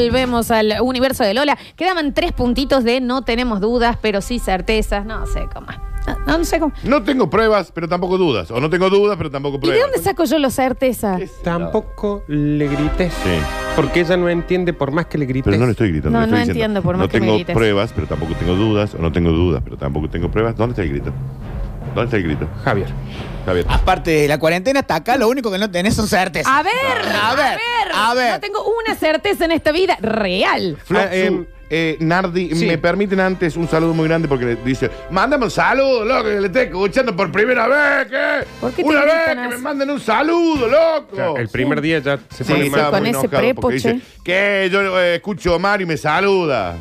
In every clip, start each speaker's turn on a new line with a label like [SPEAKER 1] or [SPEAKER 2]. [SPEAKER 1] Volvemos al universo de Lola. Quedaban tres puntitos de no tenemos dudas, pero sí certezas. No sé cómo. No, no sé cómo.
[SPEAKER 2] No tengo pruebas, pero tampoco dudas. O no tengo dudas, pero tampoco
[SPEAKER 1] ¿Y
[SPEAKER 2] pruebas.
[SPEAKER 1] de dónde saco yo los certezas?
[SPEAKER 2] ¿Qué sé yo?
[SPEAKER 3] Tampoco le grites.
[SPEAKER 2] Sí.
[SPEAKER 3] Porque ella no entiende por más que le grites.
[SPEAKER 2] Pero no le estoy
[SPEAKER 1] No,
[SPEAKER 2] gritando. le
[SPEAKER 1] no
[SPEAKER 2] estoy diciendo,
[SPEAKER 1] entiendo por más
[SPEAKER 2] No
[SPEAKER 1] que me
[SPEAKER 2] tengo
[SPEAKER 1] grites.
[SPEAKER 2] pruebas, pero tampoco tengo dudas. O no tengo dudas, pero tampoco tengo pruebas. ¿Dónde está el grito? ¿Dónde está el grito?
[SPEAKER 3] Javier.
[SPEAKER 2] Javier.
[SPEAKER 4] Aparte de la cuarentena hasta acá, lo único que no tenés son certezas.
[SPEAKER 1] A ver, a
[SPEAKER 4] A
[SPEAKER 1] ver,
[SPEAKER 4] ver, a ver.
[SPEAKER 1] No tengo una certeza en esta vida real.
[SPEAKER 2] Floxu,
[SPEAKER 3] Ah, em,
[SPEAKER 2] eh, Nardi,
[SPEAKER 3] sí.
[SPEAKER 2] me permiten antes un saludo muy grande porque le dice, mándame un saludo, loco, que le estoy escuchando por primera vez, ¿qué?
[SPEAKER 1] ¿Por qué te
[SPEAKER 2] Una
[SPEAKER 1] gritan
[SPEAKER 2] vez que
[SPEAKER 1] así?
[SPEAKER 2] me manden un saludo, loco.
[SPEAKER 3] Ya, el primer día ya se pone
[SPEAKER 1] sí,
[SPEAKER 3] mal.
[SPEAKER 2] estaba
[SPEAKER 1] con
[SPEAKER 2] muy
[SPEAKER 1] ese
[SPEAKER 2] enojado porque
[SPEAKER 1] prepo, che.
[SPEAKER 2] dice, que yo eh, escucho a Mario y me saluda.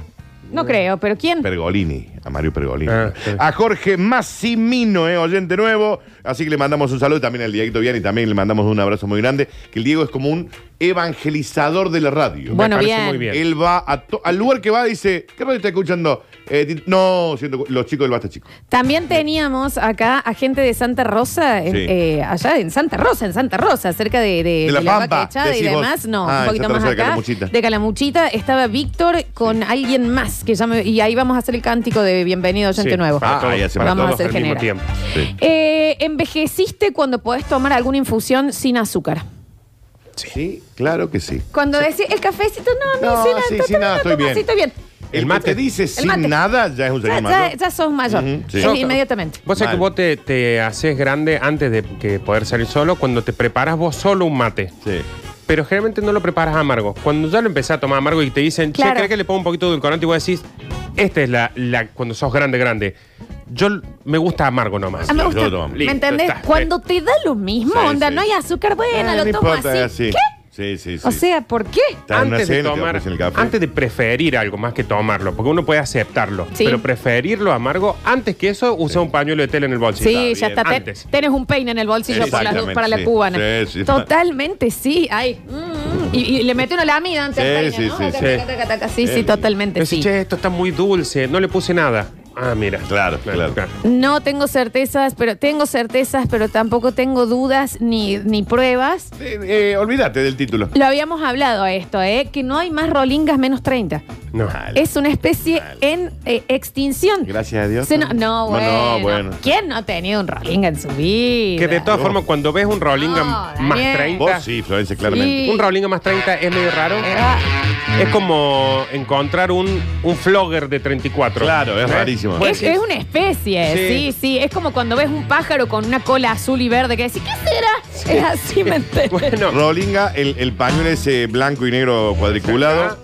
[SPEAKER 1] No creo, pero ¿quién?
[SPEAKER 2] Pergolini, a Mario Pergolini.
[SPEAKER 3] Ah, sí.
[SPEAKER 2] A Jorge Massimino, eh, oyente nuevo. Así que le mandamos un saludo también al Dieguito Viani, también le mandamos un abrazo muy grande. Que el Diego es como un evangelizador de la radio.
[SPEAKER 3] Me
[SPEAKER 1] Bueno,
[SPEAKER 3] parece
[SPEAKER 1] bien.
[SPEAKER 3] muy bien.
[SPEAKER 2] Él va a to- al lugar que va dice, ¿qué radio está escuchando? Eh, ti- no, siento, los chicos del Basta Chico.
[SPEAKER 1] También teníamos acá a gente de Santa Rosa, en-
[SPEAKER 2] Sí.
[SPEAKER 1] eh, allá en Santa Rosa, en Santa Rosa, cerca de, de-
[SPEAKER 2] De La
[SPEAKER 1] de
[SPEAKER 2] Pampa,
[SPEAKER 1] Vaca Echada y
[SPEAKER 2] decís vos.
[SPEAKER 1] demás. No, un
[SPEAKER 2] Ah, en
[SPEAKER 1] poquito
[SPEAKER 2] Santa
[SPEAKER 1] más
[SPEAKER 2] Rosa de
[SPEAKER 1] acá.
[SPEAKER 2] Calamuchita.
[SPEAKER 1] De Calamuchita estaba Víctor con alguien más, que ya me- y ahí vamos a hacer el cántico de bienvenido oyente
[SPEAKER 3] Sí,
[SPEAKER 1] nuevo.
[SPEAKER 3] Para
[SPEAKER 2] Ah,
[SPEAKER 3] todos,
[SPEAKER 2] ahí hacemos
[SPEAKER 3] para
[SPEAKER 1] Vamos a
[SPEAKER 3] todos
[SPEAKER 1] hacer
[SPEAKER 3] al mismo
[SPEAKER 1] general.
[SPEAKER 3] tiempo.
[SPEAKER 2] Sí.
[SPEAKER 1] Eh, ¿Envejeciste cuando podés tomar alguna infusión sin azúcar?
[SPEAKER 2] sí. claro que sí.
[SPEAKER 1] Cuando decís el cafecito, no, a mí
[SPEAKER 2] No,
[SPEAKER 1] sin,
[SPEAKER 2] sí,
[SPEAKER 1] ta-
[SPEAKER 2] sin
[SPEAKER 1] ta-
[SPEAKER 2] nada,
[SPEAKER 1] ta-
[SPEAKER 2] estoy
[SPEAKER 1] ta-
[SPEAKER 2] bien.
[SPEAKER 1] sí, estoy bien.
[SPEAKER 2] El,
[SPEAKER 3] El
[SPEAKER 2] mate
[SPEAKER 3] mate.
[SPEAKER 2] dice
[SPEAKER 1] El
[SPEAKER 2] sin
[SPEAKER 1] mate.
[SPEAKER 2] nada, ya es un
[SPEAKER 1] Ya,
[SPEAKER 2] señor
[SPEAKER 1] ya-
[SPEAKER 2] mayor.
[SPEAKER 1] ya sos mayor,
[SPEAKER 2] Ujú, sí.
[SPEAKER 1] Es
[SPEAKER 2] Yo-
[SPEAKER 1] inmediatamente.
[SPEAKER 3] Vos sabés que
[SPEAKER 2] Mal.
[SPEAKER 3] vos te, te haces grande antes de que poder salir solo cuando te preparas vos solo un mate.
[SPEAKER 2] Sí.
[SPEAKER 3] Pero generalmente no lo preparas amargo. Cuando ya lo empezás a tomar amargo y te dicen,
[SPEAKER 1] Claro.
[SPEAKER 3] che, ¿crees que le pongo un poquito de edulcorante? Y vos decís, esta es la, la- cuando sos grande, grande. Yo l- me gusta amargo nomás.
[SPEAKER 1] Ah, me
[SPEAKER 2] Yo
[SPEAKER 1] gusta.
[SPEAKER 2] lo tomo.
[SPEAKER 1] ¿Me
[SPEAKER 3] Listo,
[SPEAKER 1] entendés?
[SPEAKER 3] está.
[SPEAKER 1] Cuando te da lo mismo,
[SPEAKER 2] Sí,
[SPEAKER 1] onda,
[SPEAKER 2] sí.
[SPEAKER 1] no hay azúcar, bueno,
[SPEAKER 2] Ah,
[SPEAKER 1] lo
[SPEAKER 2] no
[SPEAKER 1] tomo
[SPEAKER 2] importa,
[SPEAKER 1] así.
[SPEAKER 2] es así.
[SPEAKER 1] ¿Qué?
[SPEAKER 2] Sí, sí, sí.
[SPEAKER 1] O sea, ¿por qué?
[SPEAKER 2] Está pues, en una
[SPEAKER 3] antes de
[SPEAKER 2] cena y te
[SPEAKER 3] tomar,
[SPEAKER 2] ofrecen el café.
[SPEAKER 3] antes de preferir algo más que tomarlo, porque uno puede aceptarlo,
[SPEAKER 1] Sí.
[SPEAKER 3] pero preferirlo amargo, antes que eso, usa un pañuelo de tela en el bolsillo.
[SPEAKER 1] Sí, ya
[SPEAKER 2] está bien.
[SPEAKER 1] está. ten-
[SPEAKER 3] Antes.
[SPEAKER 1] tenés un peine en el bolsillo por las dudas para la
[SPEAKER 2] Exactamente, sí.
[SPEAKER 1] cubana.
[SPEAKER 2] Sí, sí.
[SPEAKER 1] totalmente sí. Ay, mm, mm. y, y le metí una lámina antes
[SPEAKER 2] Sí,
[SPEAKER 1] del
[SPEAKER 2] sí,
[SPEAKER 1] peine, ¿no?
[SPEAKER 2] sí,
[SPEAKER 1] Taca,
[SPEAKER 3] sí.
[SPEAKER 1] taca, taca, taca. Sí,
[SPEAKER 2] Sí,
[SPEAKER 1] sí,
[SPEAKER 2] sí.
[SPEAKER 1] totalmente
[SPEAKER 3] Decís,
[SPEAKER 1] sí.
[SPEAKER 3] che, esto está muy dulce, no le puse nada. Ah, mira.
[SPEAKER 2] Claro, claro.
[SPEAKER 1] No tengo certezas, pero tengo certezas, pero tampoco tengo dudas ni, ni pruebas.
[SPEAKER 2] Eh, eh, olvídate del título.
[SPEAKER 1] Lo habíamos hablado a esto, ¿eh? Que no hay más rolingas menos 30.
[SPEAKER 3] No.
[SPEAKER 2] Mal.
[SPEAKER 1] Es una especie en eh, extinción.
[SPEAKER 2] Gracias a Dios.
[SPEAKER 1] Se no, no, bueno.
[SPEAKER 2] No, bueno.
[SPEAKER 1] ¿Quién no ha tenido un rolling en su vida?
[SPEAKER 3] Que de todas
[SPEAKER 2] No.
[SPEAKER 3] formas, cuando ves un Rollingham
[SPEAKER 1] No,
[SPEAKER 3] más
[SPEAKER 1] Daniel.
[SPEAKER 3] 30,
[SPEAKER 2] Vos sí, Florencia, claramente.
[SPEAKER 1] Sí.
[SPEAKER 3] un Rollingham más 30 es medio raro.
[SPEAKER 1] Ah,
[SPEAKER 3] Es como encontrar un, un flogger de 34.
[SPEAKER 2] Claro, es rarísimo.
[SPEAKER 1] es, es una especie, sí. sí,
[SPEAKER 3] Sí.
[SPEAKER 1] Es como cuando ves un pájaro con una cola azul y verde que decís, ¿qué será? Es así, ¿me entendés?
[SPEAKER 3] Bueno,
[SPEAKER 2] Rolinga, el, el pañuelo ese blanco y negro cuadriculado.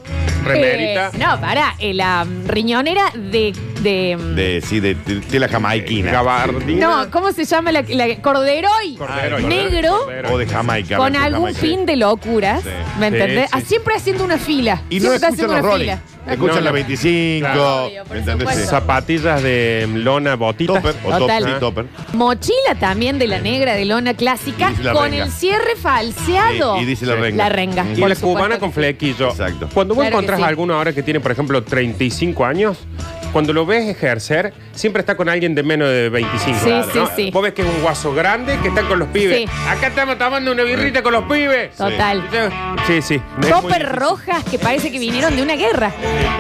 [SPEAKER 3] remerita.
[SPEAKER 1] Eh, no, pará. eh, La mm, riñonera de. de, mm,
[SPEAKER 2] De, sí, de, de- de la jamaiquina.
[SPEAKER 1] Eh, no, ¿cómo se llama la, la corderoy?
[SPEAKER 3] Cordero,
[SPEAKER 2] Ah,
[SPEAKER 1] negro.
[SPEAKER 3] cordero.
[SPEAKER 2] O de Jamaica.
[SPEAKER 1] Con
[SPEAKER 2] mejor,
[SPEAKER 1] algún
[SPEAKER 2] Jamaica.
[SPEAKER 1] fin de locuras,
[SPEAKER 2] Sí.
[SPEAKER 1] ¿me
[SPEAKER 3] Sí,
[SPEAKER 1] entendés?
[SPEAKER 3] sí,
[SPEAKER 1] Ah,
[SPEAKER 3] sí.
[SPEAKER 1] Siempre haciendo una fila.
[SPEAKER 2] Y
[SPEAKER 1] siempre
[SPEAKER 2] no escuchan
[SPEAKER 1] haciendo
[SPEAKER 2] los
[SPEAKER 1] una
[SPEAKER 2] Rolling.
[SPEAKER 1] fila.
[SPEAKER 2] Escuchan
[SPEAKER 3] No,
[SPEAKER 2] la
[SPEAKER 3] no.
[SPEAKER 2] 25.
[SPEAKER 3] Claro.
[SPEAKER 1] Obvio, por
[SPEAKER 2] ¿Me entendés?
[SPEAKER 1] supuesto.
[SPEAKER 3] Zapatillas de lona botitas.
[SPEAKER 2] Topper. O
[SPEAKER 1] Total.
[SPEAKER 2] top, sí, topper.
[SPEAKER 1] Mochila también de la negra de lona clásica
[SPEAKER 2] Y dice la
[SPEAKER 1] con
[SPEAKER 2] renga.
[SPEAKER 1] el cierre falseado.
[SPEAKER 2] Sí, y dice la renga.
[SPEAKER 1] La renga.
[SPEAKER 2] Y
[SPEAKER 3] Y
[SPEAKER 1] por
[SPEAKER 3] la
[SPEAKER 1] supuesto
[SPEAKER 3] cubana
[SPEAKER 1] que
[SPEAKER 3] con
[SPEAKER 1] sí.
[SPEAKER 3] flequillo.
[SPEAKER 2] Exacto.
[SPEAKER 3] Cuando vos
[SPEAKER 1] Claro que
[SPEAKER 3] encontrás
[SPEAKER 1] sí.
[SPEAKER 3] a alguno ahora que tiene, por ejemplo, 35 años, cuando lo ves ejercer, siempre está con alguien de menos de 25.
[SPEAKER 1] Sí, sí, sí.
[SPEAKER 3] Vos ves que es un guaso grande que está con los pibes.
[SPEAKER 1] Sí.
[SPEAKER 3] Acá estamos tomando una birrita con los pibes.
[SPEAKER 1] Total.
[SPEAKER 3] Sí, sí. Es muy
[SPEAKER 1] Topper
[SPEAKER 3] difícil.
[SPEAKER 1] rojas que parece que vinieron de una guerra.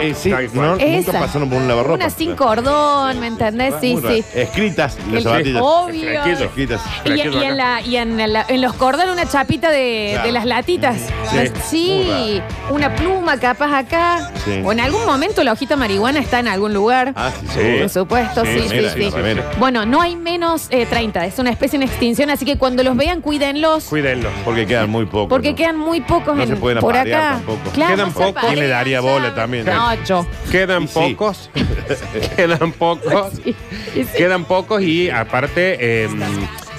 [SPEAKER 2] Eh, sí,
[SPEAKER 3] Tal
[SPEAKER 2] no,
[SPEAKER 3] cual.
[SPEAKER 2] nunca
[SPEAKER 1] Esa.
[SPEAKER 2] pasaron por un lavarropa.
[SPEAKER 1] Una sin cordón, ¿me entendés? Sí,
[SPEAKER 2] Muy raro.
[SPEAKER 1] sí.
[SPEAKER 2] Escritas las
[SPEAKER 1] El-
[SPEAKER 2] zapatillas.
[SPEAKER 1] Obvio.
[SPEAKER 3] Flequillo.
[SPEAKER 2] Escritas.
[SPEAKER 1] Y,
[SPEAKER 3] Flequillo
[SPEAKER 1] y en,
[SPEAKER 3] acá.
[SPEAKER 1] la- y en la- en los cordones una chapita de,
[SPEAKER 2] Claro.
[SPEAKER 1] de las latitas.
[SPEAKER 3] Sí.
[SPEAKER 1] Sí, una pluma capaz acá.
[SPEAKER 2] Sí.
[SPEAKER 1] O en algún momento la hojita marihuana está en algún lugar.
[SPEAKER 2] Ah, sí,
[SPEAKER 3] Sí.
[SPEAKER 1] Por supuesto, sí, sí,
[SPEAKER 2] remera,
[SPEAKER 1] sí.
[SPEAKER 2] la remera.
[SPEAKER 1] Bueno, no hay menos eh, 30, es una especie en extinción, así que cuando los vean, cuídenlos.
[SPEAKER 3] Cuídenlo.
[SPEAKER 2] Porque quedan muy pocos.
[SPEAKER 1] Porque
[SPEAKER 2] ¿no?
[SPEAKER 1] quedan muy pocos
[SPEAKER 2] No
[SPEAKER 1] en,
[SPEAKER 2] se pueden
[SPEAKER 1] por
[SPEAKER 2] aparear
[SPEAKER 1] acá.
[SPEAKER 2] tampoco.
[SPEAKER 3] Quedan
[SPEAKER 1] no se
[SPEAKER 3] pocos.
[SPEAKER 1] aparean,
[SPEAKER 2] ¿Quién le daría
[SPEAKER 1] ya.
[SPEAKER 2] bola también?
[SPEAKER 1] No, yo.
[SPEAKER 3] Quedan
[SPEAKER 2] Y sí.
[SPEAKER 3] pocos. Quedan pocos.
[SPEAKER 1] Y sí.
[SPEAKER 3] Quedan pocos y aparte eh,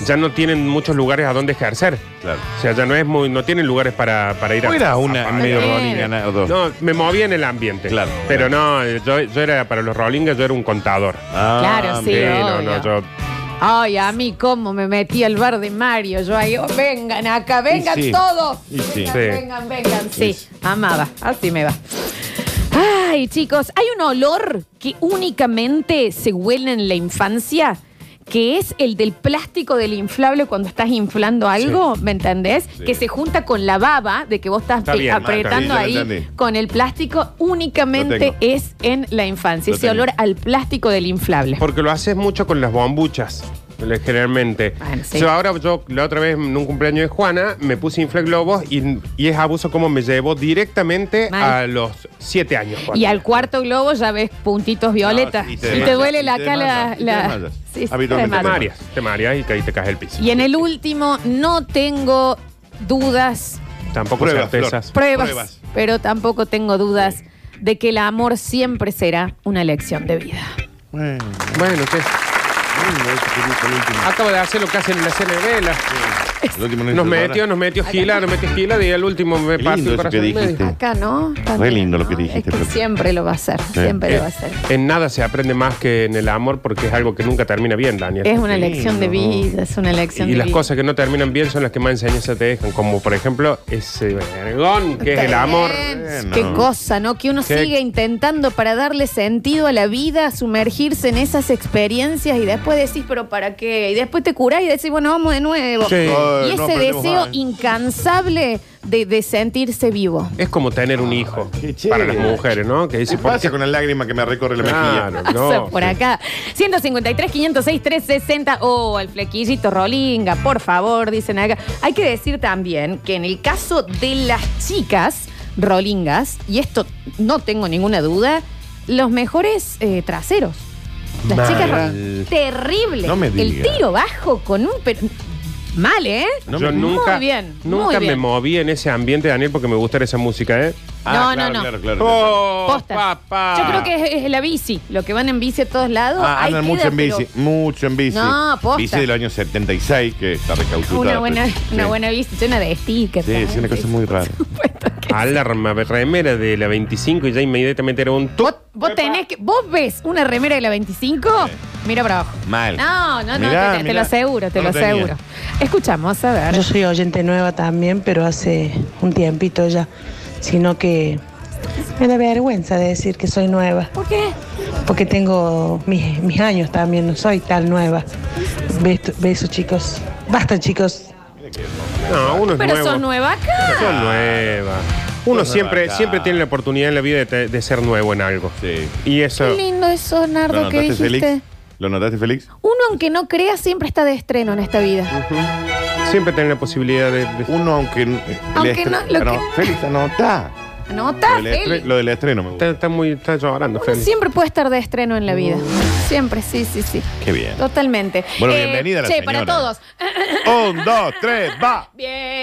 [SPEAKER 3] ya no tienen muchos lugares a donde ejercer.
[SPEAKER 2] Claro.
[SPEAKER 3] O sea, ya no es muy, no tienen lugares para, para ir a.
[SPEAKER 2] ¿O era una
[SPEAKER 3] a-
[SPEAKER 2] medio
[SPEAKER 1] Bien.
[SPEAKER 2] Rolinga o dos?
[SPEAKER 3] No, me movía en el ambiente.
[SPEAKER 2] Claro.
[SPEAKER 3] Pero no, eh, yo, yo era para los Rollingas, yo era un contador.
[SPEAKER 2] Ah,
[SPEAKER 1] Claro, sí.
[SPEAKER 2] bien.
[SPEAKER 3] no,
[SPEAKER 1] obvio.
[SPEAKER 3] no, yo.
[SPEAKER 1] Ay, a mí cómo me metí al bar de Mario. Yo ahí, oh, vengan acá, vengan
[SPEAKER 2] sí.
[SPEAKER 1] todos.
[SPEAKER 2] Y sí.
[SPEAKER 1] Vengan,
[SPEAKER 3] Sí.
[SPEAKER 1] vengan, vengan. Sí,
[SPEAKER 2] Sí.
[SPEAKER 1] amaba. Así me va. Ay, chicos, hay un olor que únicamente se huele en la infancia que es el del plástico del inflable cuando estás inflando algo, ¿me entendés?
[SPEAKER 2] Sí.
[SPEAKER 1] Que se junta con la baba de que vos estás
[SPEAKER 3] Está
[SPEAKER 1] eh,
[SPEAKER 3] bien, Marta,
[SPEAKER 1] apretando
[SPEAKER 2] sí, ya lo
[SPEAKER 1] ahí
[SPEAKER 2] entendí.
[SPEAKER 1] con el plástico,
[SPEAKER 2] Lo
[SPEAKER 1] únicamente
[SPEAKER 2] tengo.
[SPEAKER 1] es en la infancia.
[SPEAKER 2] Lo
[SPEAKER 1] Ese
[SPEAKER 2] tengo.
[SPEAKER 1] olor al plástico del inflable.
[SPEAKER 3] Porque lo haces mucho con las bombuchas, le- generalmente.
[SPEAKER 1] Bueno, sí.
[SPEAKER 3] Yo ahora, yo la otra vez en un cumpleaños de Juana, me puse infla globos y, y es abuso como me llevó directamente
[SPEAKER 1] Mal.
[SPEAKER 3] a los siete años. Juana.
[SPEAKER 1] Y al cuarto globo ya ves puntitos violeta.
[SPEAKER 2] No,
[SPEAKER 1] y
[SPEAKER 2] y
[SPEAKER 1] te,
[SPEAKER 2] te desmayas,
[SPEAKER 1] duele
[SPEAKER 2] y
[SPEAKER 1] la
[SPEAKER 2] te
[SPEAKER 1] cara.
[SPEAKER 2] desmayas, y te
[SPEAKER 1] la-
[SPEAKER 2] desmayas.
[SPEAKER 1] Sí, sí, te
[SPEAKER 2] Habitualmente
[SPEAKER 3] te
[SPEAKER 1] desmayas.
[SPEAKER 3] mareas, te mareas y ahí te caes el piso.
[SPEAKER 1] Y en el último, no tengo dudas,
[SPEAKER 3] Tampoco
[SPEAKER 2] Pruebas,
[SPEAKER 3] certezas.
[SPEAKER 1] pruebas,
[SPEAKER 2] Pruebas.
[SPEAKER 1] pero tampoco tengo dudas de que el amor siempre será una lección de vida.
[SPEAKER 2] Bueno,
[SPEAKER 3] Bueno, ¿qué? Acaba de hacer lo que hacen en la cena de vela.
[SPEAKER 2] el último no hizo
[SPEAKER 3] Nos metió,
[SPEAKER 2] nada.
[SPEAKER 3] nos metió Gila, nos metió Gila y al último me
[SPEAKER 2] Qué
[SPEAKER 3] partió
[SPEAKER 2] lindo
[SPEAKER 3] el
[SPEAKER 2] eso que
[SPEAKER 3] corazón. en medio.
[SPEAKER 2] dijiste. Sí.
[SPEAKER 1] Acá, ¿no?
[SPEAKER 2] lindo lo que
[SPEAKER 1] ¿no?
[SPEAKER 2] dijiste,
[SPEAKER 1] Es que
[SPEAKER 2] Flor.
[SPEAKER 1] siempre lo va a hacer, siempre
[SPEAKER 3] Eh,
[SPEAKER 1] lo va a hacer.
[SPEAKER 3] En nada se aprende más que en el amor porque es algo que nunca termina bien, Daniel.
[SPEAKER 1] Es una
[SPEAKER 2] lindo,
[SPEAKER 1] lección de
[SPEAKER 2] ¿no?
[SPEAKER 1] vida, es una lección
[SPEAKER 3] Y
[SPEAKER 1] de
[SPEAKER 3] las
[SPEAKER 1] vida.
[SPEAKER 3] cosas que no terminan bien son las que más enseñanza te dejan, como por ejemplo ese vergón que es el amor.
[SPEAKER 1] Eh,
[SPEAKER 2] Bueno.
[SPEAKER 1] Qué cosa, ¿no? Que uno
[SPEAKER 3] Qué-
[SPEAKER 1] sigue intentando para darle sentido a la vida, sumergirse en esas experiencias y después decís, pero ¿para qué? Y después te curás y decís, bueno, vamos de nuevo.
[SPEAKER 3] Sí.
[SPEAKER 1] Y
[SPEAKER 2] Ay, no
[SPEAKER 1] ese
[SPEAKER 2] aprendemos
[SPEAKER 1] deseo
[SPEAKER 2] más.
[SPEAKER 1] incansable de, de sentirse vivo.
[SPEAKER 3] Es como tener un hijo
[SPEAKER 2] qué chévere.
[SPEAKER 3] para las mujeres, ¿no? Que dice,
[SPEAKER 2] ¿Qué
[SPEAKER 3] ¿por
[SPEAKER 2] pasa
[SPEAKER 3] qué?
[SPEAKER 2] con la lágrima que me recorre la mejilla?
[SPEAKER 3] Claro,
[SPEAKER 1] Pasa
[SPEAKER 3] no.
[SPEAKER 1] por acá. 153, 506, 360. Oh, el flequillito Rolinga, por favor, dicen acá. Hay que decir también que en el caso de las chicas Rolingas, y esto no tengo ninguna duda, los mejores eh, traseros. Las
[SPEAKER 3] Mal.
[SPEAKER 1] chicas Rolingas. Terrible.
[SPEAKER 2] No me
[SPEAKER 1] el
[SPEAKER 2] digas.
[SPEAKER 1] tiro bajo con un. pero- mal, ¿eh?
[SPEAKER 2] No
[SPEAKER 3] Yo
[SPEAKER 2] me-
[SPEAKER 3] nunca,
[SPEAKER 1] Muy bien, muy
[SPEAKER 3] nunca me
[SPEAKER 1] bien.
[SPEAKER 3] moví en ese ambiente, Daniel, porque me gusta esa música, ¿eh?
[SPEAKER 1] No, no, no.
[SPEAKER 2] Ah, Claro, claro, claro.
[SPEAKER 3] ¡Oh,
[SPEAKER 1] Posta.
[SPEAKER 3] papá!
[SPEAKER 1] Yo creo que es, es la bici, lo que van en bici a todos lados.
[SPEAKER 2] Ah,
[SPEAKER 1] ahí
[SPEAKER 2] andan
[SPEAKER 1] queda,
[SPEAKER 2] mucho en
[SPEAKER 1] pero-
[SPEAKER 2] bici, mucho en bici.
[SPEAKER 1] No, posta.
[SPEAKER 2] Bici del año 76, que está recauchutada.
[SPEAKER 1] Una buena,
[SPEAKER 2] pero-
[SPEAKER 1] una
[SPEAKER 2] pues. sí.
[SPEAKER 1] buena bici llena de stickers.
[SPEAKER 2] Sí,
[SPEAKER 1] ¿sabes?
[SPEAKER 2] sí, una cosa muy rara.
[SPEAKER 3] Alarma, remera de la 25 y ya inmediatamente era un
[SPEAKER 1] ¿Vos,
[SPEAKER 3] top.
[SPEAKER 1] vos tenés que. ¿Vos ves una remera de la 25? Mira para abajo.
[SPEAKER 2] Mal.
[SPEAKER 1] No, no, no,
[SPEAKER 2] Mirá,
[SPEAKER 1] te, te
[SPEAKER 2] mirá.
[SPEAKER 1] lo aseguro, te
[SPEAKER 2] No
[SPEAKER 1] lo
[SPEAKER 2] tenía.
[SPEAKER 1] aseguro. Escuchamos, a ver.
[SPEAKER 5] Yo soy oyente nueva también, pero hace un tiempito ya, sino que me da vergüenza de decir que soy nueva,
[SPEAKER 1] ¿Por qué?
[SPEAKER 5] porque tengo mis, mis años también, no soy tan nueva. Beso- Besos chicos. Basta chicos.
[SPEAKER 3] No, uno es
[SPEAKER 1] Pero
[SPEAKER 3] nuevo.
[SPEAKER 1] sos nueva acá.
[SPEAKER 3] Son nuevas. Uno
[SPEAKER 2] Son
[SPEAKER 3] siempre,
[SPEAKER 2] nuevas,
[SPEAKER 3] siempre
[SPEAKER 2] claro.
[SPEAKER 3] tiene la oportunidad en la vida de, te- de ser nuevo en algo.
[SPEAKER 2] Sí.
[SPEAKER 3] Y
[SPEAKER 1] Qué
[SPEAKER 3] eso.
[SPEAKER 1] lindo eso, Nardo,
[SPEAKER 2] ¿Lo
[SPEAKER 1] que
[SPEAKER 2] notaste,
[SPEAKER 1] dijiste.
[SPEAKER 2] Félix? ¿Lo notaste, Félix?
[SPEAKER 1] Uno, aunque no crea, siempre está de estreno en esta vida.
[SPEAKER 3] Ujú. Siempre tener la posibilidad de. de-
[SPEAKER 2] Uno, aunque. eh,
[SPEAKER 1] Aunque
[SPEAKER 2] el estre-
[SPEAKER 1] no, lo
[SPEAKER 2] Ah, no,
[SPEAKER 1] que-
[SPEAKER 2] Félix, anota.
[SPEAKER 1] Anota,
[SPEAKER 2] Lo del estre-
[SPEAKER 1] Félix.
[SPEAKER 2] Lo del estreno me
[SPEAKER 3] Está,
[SPEAKER 2] gusta.
[SPEAKER 3] está muy, está llorando,
[SPEAKER 1] Uno
[SPEAKER 3] Félix.
[SPEAKER 1] siempre puede estar de estreno en la vida. Siempre, sí, sí, sí.
[SPEAKER 2] Qué bien.
[SPEAKER 1] Totalmente.
[SPEAKER 2] Uh.
[SPEAKER 1] Eh,
[SPEAKER 2] Bueno, bienvenida la
[SPEAKER 1] Che, para
[SPEAKER 2] señora.
[SPEAKER 1] todos.
[SPEAKER 2] Un, dos, tres, va.
[SPEAKER 1] Bienvenidos,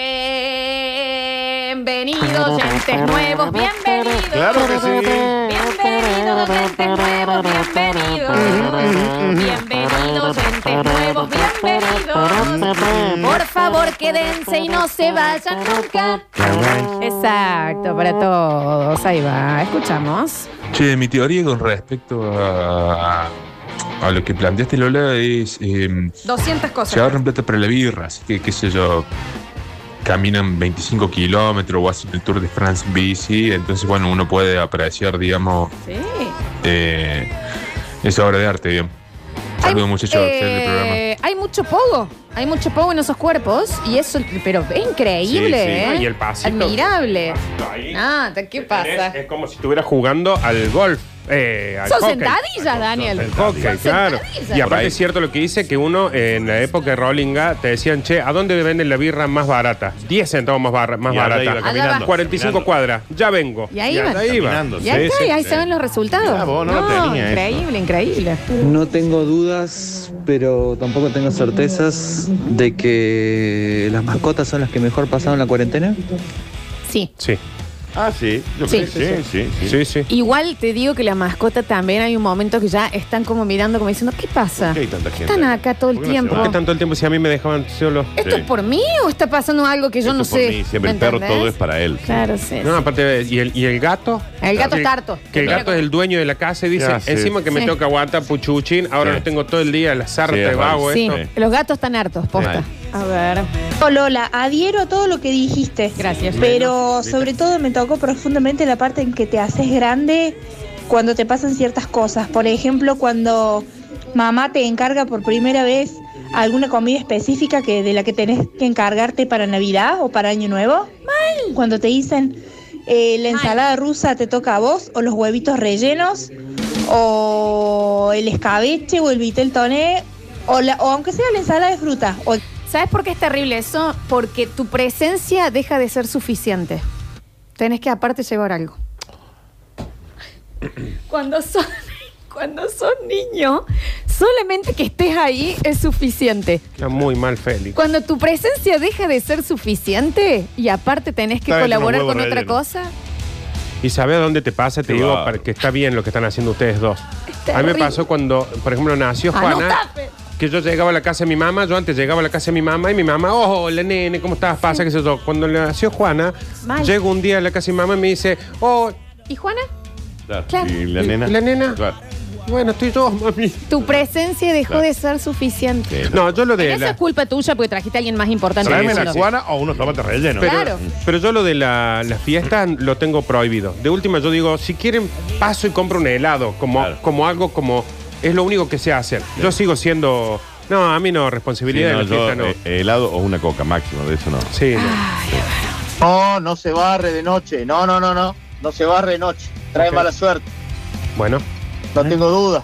[SPEAKER 1] oyentes nuevos, bienvenidos.
[SPEAKER 2] Claro que sí.
[SPEAKER 1] Bienvenidos, oyentes nuevos, bienvenidos. Bienvenidos, oyentes nuevos, bienvenidos. Por favor, quédense y no se vayan nunca. Exacto, para todos. Ahí va, escuchamos.
[SPEAKER 6] Che, mi teoría con respecto a, a lo que planteaste, Lola, es eh,
[SPEAKER 1] 200
[SPEAKER 6] se
[SPEAKER 1] cosas.
[SPEAKER 6] agarran plata para la birra, así que, qué sé yo, caminan 25 kilómetros o hacen el Tour de France en bici, entonces, bueno, uno puede apreciar, digamos,
[SPEAKER 1] Sí.
[SPEAKER 6] eh, esa obra de arte, bien. Saludos, muchachos,
[SPEAKER 1] eh,
[SPEAKER 6] excelente programa.
[SPEAKER 1] hay mucho pogo, hay mucho pogo en esos cuerpos y eso, pero es increíble,
[SPEAKER 2] Sí, sí,
[SPEAKER 1] ¿eh?
[SPEAKER 3] ¿no? Y el pasito.
[SPEAKER 1] Admirable.
[SPEAKER 3] Ahí.
[SPEAKER 1] Nada, ¿qué pasa?
[SPEAKER 3] Es, es como si estuviera jugando al golf. eh, al
[SPEAKER 1] Son
[SPEAKER 3] hockey.
[SPEAKER 1] sentadillas, Daniel.
[SPEAKER 3] Al hockey,
[SPEAKER 1] Son
[SPEAKER 3] claro.
[SPEAKER 1] sentadillas.
[SPEAKER 3] Y
[SPEAKER 1] Por
[SPEAKER 3] aparte
[SPEAKER 2] ahí.
[SPEAKER 3] es cierto lo que dice que uno eh, en la época de Rollinga te decían, che, ¿a dónde venden la birra más barata? 10 centavos más, barra- más
[SPEAKER 2] Y allá iba
[SPEAKER 3] barata.
[SPEAKER 1] caminando, Allá va.
[SPEAKER 3] 45
[SPEAKER 2] caminando.
[SPEAKER 3] cuadras. Ya vengo.
[SPEAKER 1] Y ahí iba.
[SPEAKER 3] allá iba.
[SPEAKER 2] Caminando,
[SPEAKER 1] Y ahí,
[SPEAKER 2] Sí,
[SPEAKER 1] está,
[SPEAKER 2] sí,
[SPEAKER 1] y ahí
[SPEAKER 2] sí.
[SPEAKER 1] se ven los resultados.
[SPEAKER 2] Mirá vos, no lo tenía
[SPEAKER 1] increíble, increíble.
[SPEAKER 7] No tengo dudas, pero tampoco tengo certezas de que las mascotas son las que mejor pasaron la cuarentena.
[SPEAKER 1] Sí.
[SPEAKER 3] Sí,
[SPEAKER 2] Ah, sí. Yo
[SPEAKER 1] Sí.
[SPEAKER 2] creo que sí, sí, sí.
[SPEAKER 3] sí, sí.
[SPEAKER 1] Igual te digo que la mascota también hay un momento que ya están como mirando, como diciendo, ¿qué pasa?
[SPEAKER 2] ¿Por qué hay tanta gente?
[SPEAKER 1] Están acá todo el
[SPEAKER 2] ¿Por qué no se
[SPEAKER 1] tiempo.
[SPEAKER 2] van?
[SPEAKER 3] ¿Por qué tanto el tiempo si a mí me dejaban solo?
[SPEAKER 1] ¿Esto
[SPEAKER 2] Sí.
[SPEAKER 1] es por mí o está pasando algo que yo
[SPEAKER 2] Esto
[SPEAKER 1] no
[SPEAKER 2] por
[SPEAKER 1] sé?
[SPEAKER 2] mí, siempre
[SPEAKER 1] ¿Me
[SPEAKER 2] el perro
[SPEAKER 1] entendés?
[SPEAKER 2] todo es para él.
[SPEAKER 1] Claro, sí.
[SPEAKER 3] No, aparte, ¿y el, y el gato?
[SPEAKER 1] El gato
[SPEAKER 3] Que-
[SPEAKER 1] está harto.
[SPEAKER 3] Que el
[SPEAKER 1] Mira
[SPEAKER 3] gato
[SPEAKER 1] cómo-
[SPEAKER 3] es el dueño de la casa y dice,
[SPEAKER 2] Ya sé.
[SPEAKER 3] encima que me
[SPEAKER 1] Sí.
[SPEAKER 3] toca aguantar puchuchín, ahora
[SPEAKER 2] Sí.
[SPEAKER 3] lo tengo todo el día, la sarta,
[SPEAKER 2] Sí, es
[SPEAKER 3] vago,
[SPEAKER 2] raro.
[SPEAKER 1] Sí,
[SPEAKER 3] esto.
[SPEAKER 1] los gatos están hartos, posta.
[SPEAKER 2] Sí.
[SPEAKER 1] A ver.
[SPEAKER 8] Lola, adhiero a todo lo que dijiste.
[SPEAKER 1] Gracias.
[SPEAKER 8] Pero sobre todo me tocó profundamente la parte en que te haces grande cuando te pasan ciertas cosas. Por ejemplo, cuando mamá te encarga por primera vez alguna comida específica que, de la que tenés que encargarte para Navidad o para Año Nuevo. Cuando te dicen eh, la ensalada rusa te toca a vos, o los huevitos rellenos, o el escabeche, o el vitel toné, o, la- o aunque sea la ensalada de fruta. O
[SPEAKER 1] ¿Sabes por qué es terrible eso? Porque tu presencia deja de ser suficiente. Tenés que aparte llevar algo. Cuando son, cuando son niños, solamente que estés ahí es suficiente.
[SPEAKER 3] Está muy mal, Félix.
[SPEAKER 1] Cuando tu presencia deja de ser suficiente y aparte tenés que
[SPEAKER 2] Está hecho
[SPEAKER 1] colaborar
[SPEAKER 2] unos
[SPEAKER 1] con
[SPEAKER 2] huevos
[SPEAKER 1] otra
[SPEAKER 2] rellenos.
[SPEAKER 1] cosa,
[SPEAKER 3] Y sabes dónde te pasa, te
[SPEAKER 6] Qué
[SPEAKER 3] digo,
[SPEAKER 6] bárbaro.
[SPEAKER 3] para que está bien lo que están haciendo ustedes dos.
[SPEAKER 1] terrible.
[SPEAKER 3] A mí me pasó cuando, por ejemplo,
[SPEAKER 1] Ah,
[SPEAKER 3] nació Juana,
[SPEAKER 1] Anota, Fe.
[SPEAKER 3] que yo llegaba a la casa de mi mamá, yo antes llegaba a la casa de mi mamá y mi mamá, oh, hola nene, ¿cómo estás? Pasa, qué sé yo. Cuando nació Juana,
[SPEAKER 1] Mal.
[SPEAKER 3] llego un día a la casa de mi mamá y me dice, oh,
[SPEAKER 1] ¿y Juana? Claro.
[SPEAKER 2] Y la nena.
[SPEAKER 3] ¿Y la nena?
[SPEAKER 2] Claro.
[SPEAKER 3] bueno, estoy yo, mami.
[SPEAKER 1] Tu presencia dejó
[SPEAKER 2] Claro.
[SPEAKER 1] de ser suficiente.
[SPEAKER 2] Sí,
[SPEAKER 3] No, yo lo
[SPEAKER 1] Pero
[SPEAKER 3] de
[SPEAKER 1] eso
[SPEAKER 3] la...
[SPEAKER 1] es culpa tuya porque trajiste a alguien más importante.
[SPEAKER 2] Tráeme
[SPEAKER 1] que
[SPEAKER 2] la
[SPEAKER 1] vos.
[SPEAKER 2] cubana o unos tomates rellenos.
[SPEAKER 3] Pero,
[SPEAKER 1] Claro.
[SPEAKER 2] mm,
[SPEAKER 3] pero yo lo de la, las fiestas lo tengo prohibido. De última yo digo, si quieren, paso y compro un helado, como,
[SPEAKER 2] Claro.
[SPEAKER 3] como algo como... Es lo único que se hace. Yo sigo siendo... No, a mí no,
[SPEAKER 2] Sí,
[SPEAKER 3] responsabilidad
[SPEAKER 2] no,
[SPEAKER 3] de la
[SPEAKER 2] yo,
[SPEAKER 3] fiesta no.
[SPEAKER 2] eh, helado o una coca máximo, de eso no.
[SPEAKER 3] sí, no.
[SPEAKER 9] No, no se barre de noche. No, no, no, no. No se barre de noche. Trae
[SPEAKER 3] Ok.
[SPEAKER 9] mala suerte.
[SPEAKER 3] Bueno,
[SPEAKER 9] No tengo dudas.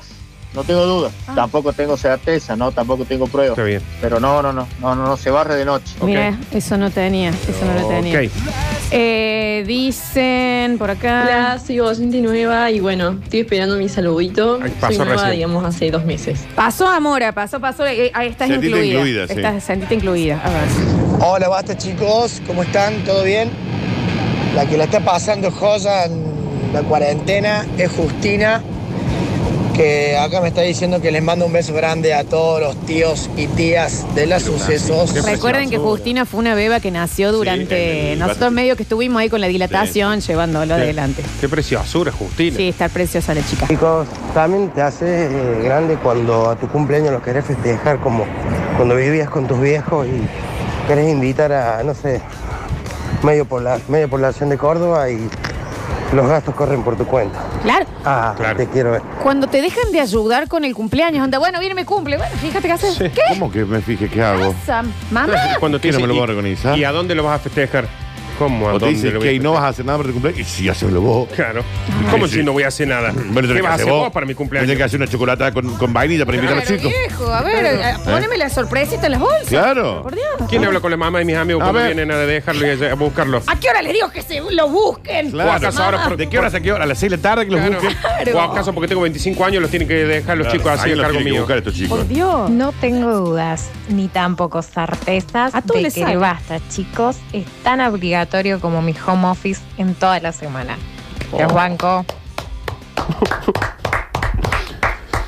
[SPEAKER 9] No tengo dudas. Tampoco tengo certeza, ¿no? Tampoco tengo pruebas.
[SPEAKER 3] está bien.
[SPEAKER 9] Pero no, no, no. No, no, no se barre de noche.
[SPEAKER 1] Mira, eso no tenía, eso no lo tenía.
[SPEAKER 3] Ok.
[SPEAKER 1] Eh, dicen por acá.
[SPEAKER 10] Hola, soy oyente nueva y bueno, estoy esperando mi saludito.
[SPEAKER 3] Ay, pasó
[SPEAKER 10] Soy nueva,
[SPEAKER 3] recién.
[SPEAKER 10] digamos, hace dos meses.
[SPEAKER 1] Pasó, Amora, pasó, pasó. eh, ahí estás
[SPEAKER 2] Sentite
[SPEAKER 1] incluida.
[SPEAKER 2] incluida, sí.
[SPEAKER 1] Estás- sentite incluida. A ver.
[SPEAKER 9] Hola, basta chicos, ¿cómo están? ¿Todo bien? La que la está pasando joya en la cuarentena es Justina, que acá me está diciendo que les mando un beso grande a todos los tíos y tías de las sucesos.
[SPEAKER 1] Recuerden que Justina fue una beba que nació
[SPEAKER 2] en
[SPEAKER 1] durante.
[SPEAKER 2] el
[SPEAKER 1] nosotros
[SPEAKER 2] Vatican.
[SPEAKER 1] medio que estuvimos ahí con la dilatación, llevándolo adelante.
[SPEAKER 3] Qué preciosura, Justina.
[SPEAKER 1] Sí, está preciosa la chica.
[SPEAKER 9] Chicos, también te hace eh, grande cuando a tu cumpleaños lo querés festejar como cuando vivías con tus viejos y querés invitar a, no sé, medio pobla- media población de Córdoba y los gastos corren por tu cuenta.
[SPEAKER 1] Claro.
[SPEAKER 9] Ah,
[SPEAKER 3] Claro.
[SPEAKER 9] te quiero ver.
[SPEAKER 1] Cuando te dejan de ayudar con el cumpleaños, onda, bueno, viene mi cumple. Bueno, fíjate qué haces.
[SPEAKER 3] Sí.
[SPEAKER 1] ¿Qué
[SPEAKER 2] ¿Cómo que me fije qué hago?
[SPEAKER 1] pasa? Mamá.
[SPEAKER 3] Cuando te
[SPEAKER 2] ¿Qué no
[SPEAKER 3] dicen,
[SPEAKER 2] me lo voy a
[SPEAKER 3] "¿Y-
[SPEAKER 2] organizar?"
[SPEAKER 3] ¿Y a dónde lo vas a festejar? ¿Cómo?
[SPEAKER 2] O
[SPEAKER 3] ¿A
[SPEAKER 2] te
[SPEAKER 3] dónde
[SPEAKER 2] dice
[SPEAKER 3] lo voy a
[SPEAKER 2] que no vas
[SPEAKER 3] festejar?
[SPEAKER 2] a hacer nada para tu cumpleaños. Y si haceslo vos.
[SPEAKER 3] Claro. ¿Cómo si no voy a hacer nada?
[SPEAKER 2] Bueno,
[SPEAKER 3] ¿Qué vas a hacer vos para mi cumpleaños?
[SPEAKER 2] Tienes que hacer una chocolatada con, con vainilla para invitar a los
[SPEAKER 1] Claro,
[SPEAKER 2] chicos.
[SPEAKER 1] viejo, a ver, eh, poneme la sorpresita en las bolsas.
[SPEAKER 2] Claro.
[SPEAKER 1] Por Dios.
[SPEAKER 3] ¿Quién habla con la mamá y mis amigos
[SPEAKER 2] A
[SPEAKER 3] cuando
[SPEAKER 2] ver.
[SPEAKER 3] vienen a dejarlo y a a buscarlo?
[SPEAKER 1] ¿A qué hora les digo que se lo busquen?
[SPEAKER 2] Claro.
[SPEAKER 3] ¿O acaso ahora por-
[SPEAKER 2] ¿De qué horas a qué hora? ¿A las 6 de la tarde que los
[SPEAKER 3] Claro.
[SPEAKER 2] busquen?
[SPEAKER 1] Claro.
[SPEAKER 3] ¿O acaso porque tengo 25 años los tienen que dejar los chicos así
[SPEAKER 2] Ahí
[SPEAKER 3] a
[SPEAKER 2] los
[SPEAKER 3] cargo
[SPEAKER 2] tienen que
[SPEAKER 3] mío?
[SPEAKER 2] buscar estos chicos.
[SPEAKER 1] Por Dios.
[SPEAKER 11] No tengo dudas, ni tampoco certezas
[SPEAKER 1] A todos
[SPEAKER 11] de
[SPEAKER 1] les
[SPEAKER 11] que
[SPEAKER 1] sale.
[SPEAKER 11] el basta, chicos, es tan obligatorio como mi home office en toda la semana.
[SPEAKER 1] Oh.
[SPEAKER 11] Los bancos.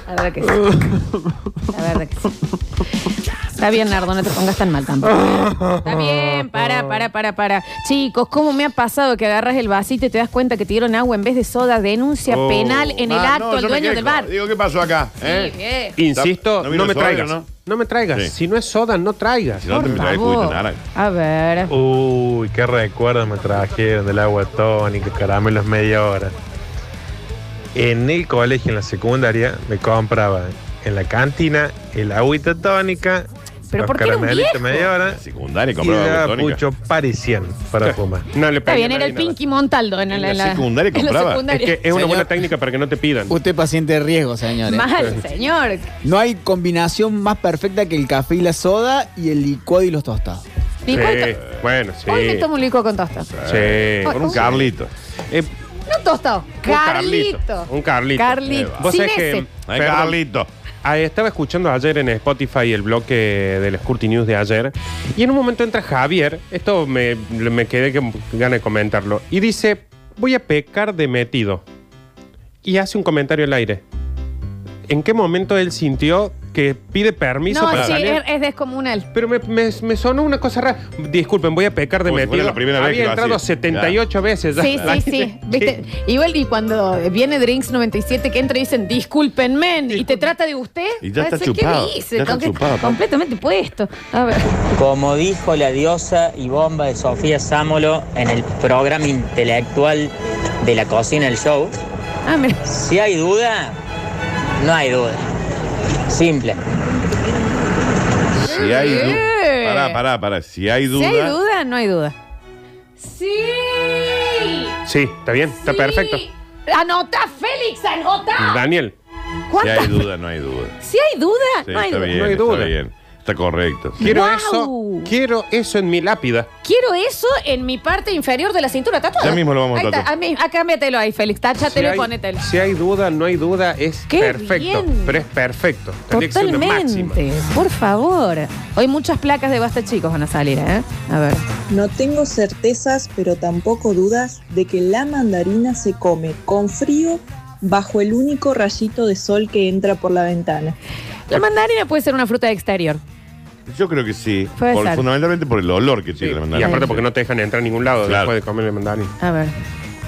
[SPEAKER 1] La verdad que sí. La verdad que sí. Está bien, Nardo, no te pongas tan mal tampoco. Está bien, para, para, para, para. Chicos, ¿cómo me ha pasado que agarras el vasito y te das cuenta que te dieron agua en vez de soda? Denuncia
[SPEAKER 2] Oh.
[SPEAKER 1] penal en el
[SPEAKER 2] Ah,
[SPEAKER 1] acto
[SPEAKER 2] no, yo
[SPEAKER 1] al
[SPEAKER 2] me
[SPEAKER 1] dueño
[SPEAKER 2] quejo.
[SPEAKER 1] del bar.
[SPEAKER 2] Digo, ¿qué pasó acá? ¿Eh?
[SPEAKER 1] Sí, viejo.
[SPEAKER 3] Insisto,
[SPEAKER 2] ¿No
[SPEAKER 3] no,
[SPEAKER 2] vino
[SPEAKER 3] me
[SPEAKER 2] el soda,
[SPEAKER 3] traigas.
[SPEAKER 2] no?
[SPEAKER 3] No? me traigas.
[SPEAKER 2] Sí.
[SPEAKER 3] Si no es soda, no traigas.
[SPEAKER 2] Si no, te
[SPEAKER 1] Por
[SPEAKER 2] traes juguito de
[SPEAKER 1] favor.
[SPEAKER 2] naranja.
[SPEAKER 1] A ver.
[SPEAKER 10] Uy, qué recuerdo me trajeron del agua tónica, caramelos media hora. En el colegio, en la secundaria, me compraban en la cantina el agüita tónica,
[SPEAKER 1] Pero ¿por qué era un viejo?
[SPEAKER 10] media hora
[SPEAKER 2] La Secundaria,
[SPEAKER 10] y
[SPEAKER 2] compraba agua
[SPEAKER 10] la
[SPEAKER 2] tónica.
[SPEAKER 10] pucho parisien para fumar.
[SPEAKER 3] No le
[SPEAKER 1] Está
[SPEAKER 3] pegues
[SPEAKER 1] bien,
[SPEAKER 3] a
[SPEAKER 1] era
[SPEAKER 3] nadie
[SPEAKER 1] el
[SPEAKER 3] nada.
[SPEAKER 1] Pinky Montaldo en,
[SPEAKER 2] En
[SPEAKER 1] la,
[SPEAKER 2] la secundaria
[SPEAKER 1] en la
[SPEAKER 2] compraba.
[SPEAKER 3] Es
[SPEAKER 1] secundaria.
[SPEAKER 3] que es una
[SPEAKER 4] Señor.
[SPEAKER 3] buena técnica para que no te pidan.
[SPEAKER 4] Usted es paciente de riesgo, señores.
[SPEAKER 1] Mal, señor.
[SPEAKER 4] No hay combinación más perfecta que el café y la soda y el licuado y los tostados.
[SPEAKER 3] Sí,
[SPEAKER 1] Licuado y to-
[SPEAKER 3] Bueno, sí.
[SPEAKER 1] Hoy me tomo un licuado con tosta.
[SPEAKER 3] Sí.
[SPEAKER 1] Hoy-
[SPEAKER 2] Con un Carlito.
[SPEAKER 3] Eh,
[SPEAKER 1] No tostado.
[SPEAKER 3] Carlito.
[SPEAKER 1] Carlito.
[SPEAKER 3] Un Carlito.
[SPEAKER 1] Carlito.
[SPEAKER 3] Vos
[SPEAKER 1] Sin
[SPEAKER 3] sabés que-
[SPEAKER 1] ese.
[SPEAKER 2] Ay,
[SPEAKER 3] Perdón.
[SPEAKER 2] Carlito.
[SPEAKER 3] Ah, estaba escuchando ayer en Spotify el bloque del Scurty News de ayer y en un momento entra Javier, esto me, me quedé que gana de comentarlo, y dice, voy a pecar de metido. Y hace un comentario al aire. ¿En qué momento él sintió que pide permiso
[SPEAKER 1] No,
[SPEAKER 3] para
[SPEAKER 1] sí,
[SPEAKER 3] salir?
[SPEAKER 1] es, es descomunal.
[SPEAKER 3] Pero me, me- me sonó una cosa rara. Disculpen, voy a pecar de
[SPEAKER 2] Como si fuera
[SPEAKER 3] metido.
[SPEAKER 2] la primera vez
[SPEAKER 3] Había
[SPEAKER 2] que lo
[SPEAKER 3] entrado
[SPEAKER 2] hacía.
[SPEAKER 3] 78 veces. ya.
[SPEAKER 1] Sí, sí, sí. ¿Viste? Igual y cuando viene Drinks 97 que entra y dicen, discúlpenme, y te trata de usted.
[SPEAKER 2] Y ya está
[SPEAKER 1] ¿Qué
[SPEAKER 2] chupado,
[SPEAKER 1] dice?
[SPEAKER 2] ya está
[SPEAKER 1] Entonces,
[SPEAKER 2] chupado.
[SPEAKER 1] Completamente puesto. A ver.
[SPEAKER 9] Como dijo la diosa y bomba de Sofía Sámolo en el programa intelectual de la cocina del show,
[SPEAKER 1] Ah, mira.
[SPEAKER 9] si hay duda, no hay duda.
[SPEAKER 12] Simple.
[SPEAKER 2] Si hay
[SPEAKER 1] Sí.
[SPEAKER 2] duda. Pará, pará, pará. Si hay
[SPEAKER 1] Si
[SPEAKER 2] duda.
[SPEAKER 1] hay duda, no hay duda. Sí.
[SPEAKER 3] Sí, está bien, está perfecto.
[SPEAKER 1] Anota, Félix, anota.
[SPEAKER 3] Daniel.
[SPEAKER 2] Si
[SPEAKER 1] ¿Cuántas?
[SPEAKER 2] hay duda, no hay duda.
[SPEAKER 1] Si hay duda,
[SPEAKER 2] Sí,
[SPEAKER 1] no hay
[SPEAKER 2] está
[SPEAKER 1] duda.
[SPEAKER 2] bien,
[SPEAKER 3] No hay duda.
[SPEAKER 2] Está bien. Está correcto. sí.
[SPEAKER 3] Quiero
[SPEAKER 1] Guau.
[SPEAKER 3] eso. Quiero eso en mi lápida.
[SPEAKER 1] Quiero eso en mi parte inferior de la cintura tatuada.
[SPEAKER 3] Ya mismo lo vamos a
[SPEAKER 1] Ahí está,
[SPEAKER 3] tatuar.
[SPEAKER 1] A mí, ah, cámbiatelo ahí, Félix. Táchatelo y ponételo.
[SPEAKER 3] si hay duda, no hay duda, es
[SPEAKER 1] Qué
[SPEAKER 3] perfecto.
[SPEAKER 1] bien.
[SPEAKER 3] Pero es perfecto. Tendría que ser una máxima.
[SPEAKER 1] Totalmente. Por favor. Hoy muchas placas de basta chicos van a salir, ¿eh? A ver.
[SPEAKER 13] No tengo certezas, pero tampoco dudas de que la mandarina se come con frío bajo el único rayito de sol que entra por la ventana.
[SPEAKER 1] La mandarina puede ser una fruta de exterior.
[SPEAKER 2] Yo creo que sí.
[SPEAKER 1] Puede
[SPEAKER 2] Por-
[SPEAKER 1] ser.
[SPEAKER 2] fundamentalmente por el olor que tiene la
[SPEAKER 3] Y
[SPEAKER 2] mandarina.
[SPEAKER 3] aparte porque no te dejan entrar a ningún lado después de comer el mandarín.
[SPEAKER 1] A ver.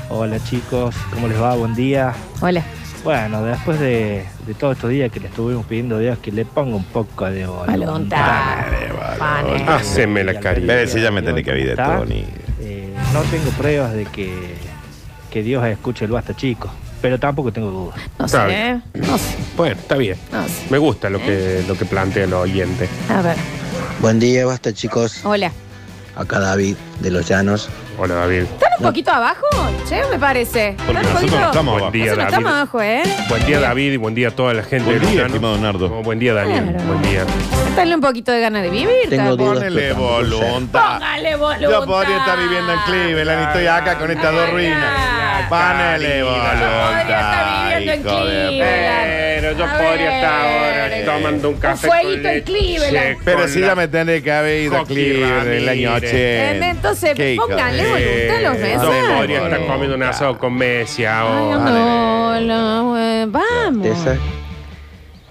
[SPEAKER 14] Hola chicos, ¿cómo les va? Buen día.
[SPEAKER 1] Hola.
[SPEAKER 14] Bueno, después de, de todos estos días que le estuvimos pidiendo a Dios que le ponga un poco de
[SPEAKER 1] voluntad.
[SPEAKER 14] Vale.
[SPEAKER 3] Haceme la caridad.
[SPEAKER 2] Ese ya me tiene que vida,
[SPEAKER 14] Está.
[SPEAKER 2] Tony.
[SPEAKER 14] Eh, no tengo pruebas de que, que Dios escuche el basta chicos, pero tampoco tengo dudas.
[SPEAKER 1] No
[SPEAKER 3] Está bien. Bueno, está bien.
[SPEAKER 1] No sé.
[SPEAKER 3] Me gusta lo
[SPEAKER 1] ¿Eh?
[SPEAKER 3] que, lo que plantea el oyente.
[SPEAKER 1] A ver.
[SPEAKER 15] Buen día, basta chicos.
[SPEAKER 1] Hola.
[SPEAKER 15] Acá David de Los Llanos.
[SPEAKER 3] Hola David.
[SPEAKER 1] ¿Están un poquito abajo? Che, me parece. ¿Están un poquito?
[SPEAKER 3] Buen día,
[SPEAKER 1] Nosotros no
[SPEAKER 3] David.
[SPEAKER 1] estamos abajo, ¿eh?
[SPEAKER 3] Buen día, David, y buen día a toda la gente. Buen día, estimado
[SPEAKER 2] Nardo.
[SPEAKER 3] buen día, Daniel.
[SPEAKER 1] Claro.
[SPEAKER 3] Buen día.
[SPEAKER 1] Dale un poquito de ganas de vivir.
[SPEAKER 2] Tengo
[SPEAKER 1] tampoco.
[SPEAKER 2] dudas, Ponele pero tampoco sé. voluntad.
[SPEAKER 1] Póngale voluntad.
[SPEAKER 2] Yo podría estar viviendo en Cleveland y estoy acá con estas dos ruinas. Panele,
[SPEAKER 1] estar
[SPEAKER 2] voluntad.
[SPEAKER 1] viviendo en
[SPEAKER 2] hijo de
[SPEAKER 1] Cleveland.
[SPEAKER 3] Pero yo
[SPEAKER 1] A
[SPEAKER 3] podría estar
[SPEAKER 1] ver.
[SPEAKER 3] ahora tomando un café.
[SPEAKER 1] Un
[SPEAKER 3] con
[SPEAKER 1] fueguito en
[SPEAKER 3] leche,
[SPEAKER 1] Cleveland.
[SPEAKER 2] p-
[SPEAKER 3] con
[SPEAKER 2] Pero si
[SPEAKER 3] la-
[SPEAKER 2] ya me tendré que haber ido a
[SPEAKER 3] Coqui
[SPEAKER 2] Cleveland en el año
[SPEAKER 3] Ramírez.
[SPEAKER 2] 80.
[SPEAKER 1] Entonces,
[SPEAKER 2] Qué hija
[SPEAKER 1] póngale
[SPEAKER 2] de-
[SPEAKER 1] voluntad a los
[SPEAKER 3] Yo podría
[SPEAKER 1] mensajes.
[SPEAKER 3] Eh, estar comiendo un asado con Messi ahora.
[SPEAKER 1] No, no, eh, vamos.
[SPEAKER 15] Certeza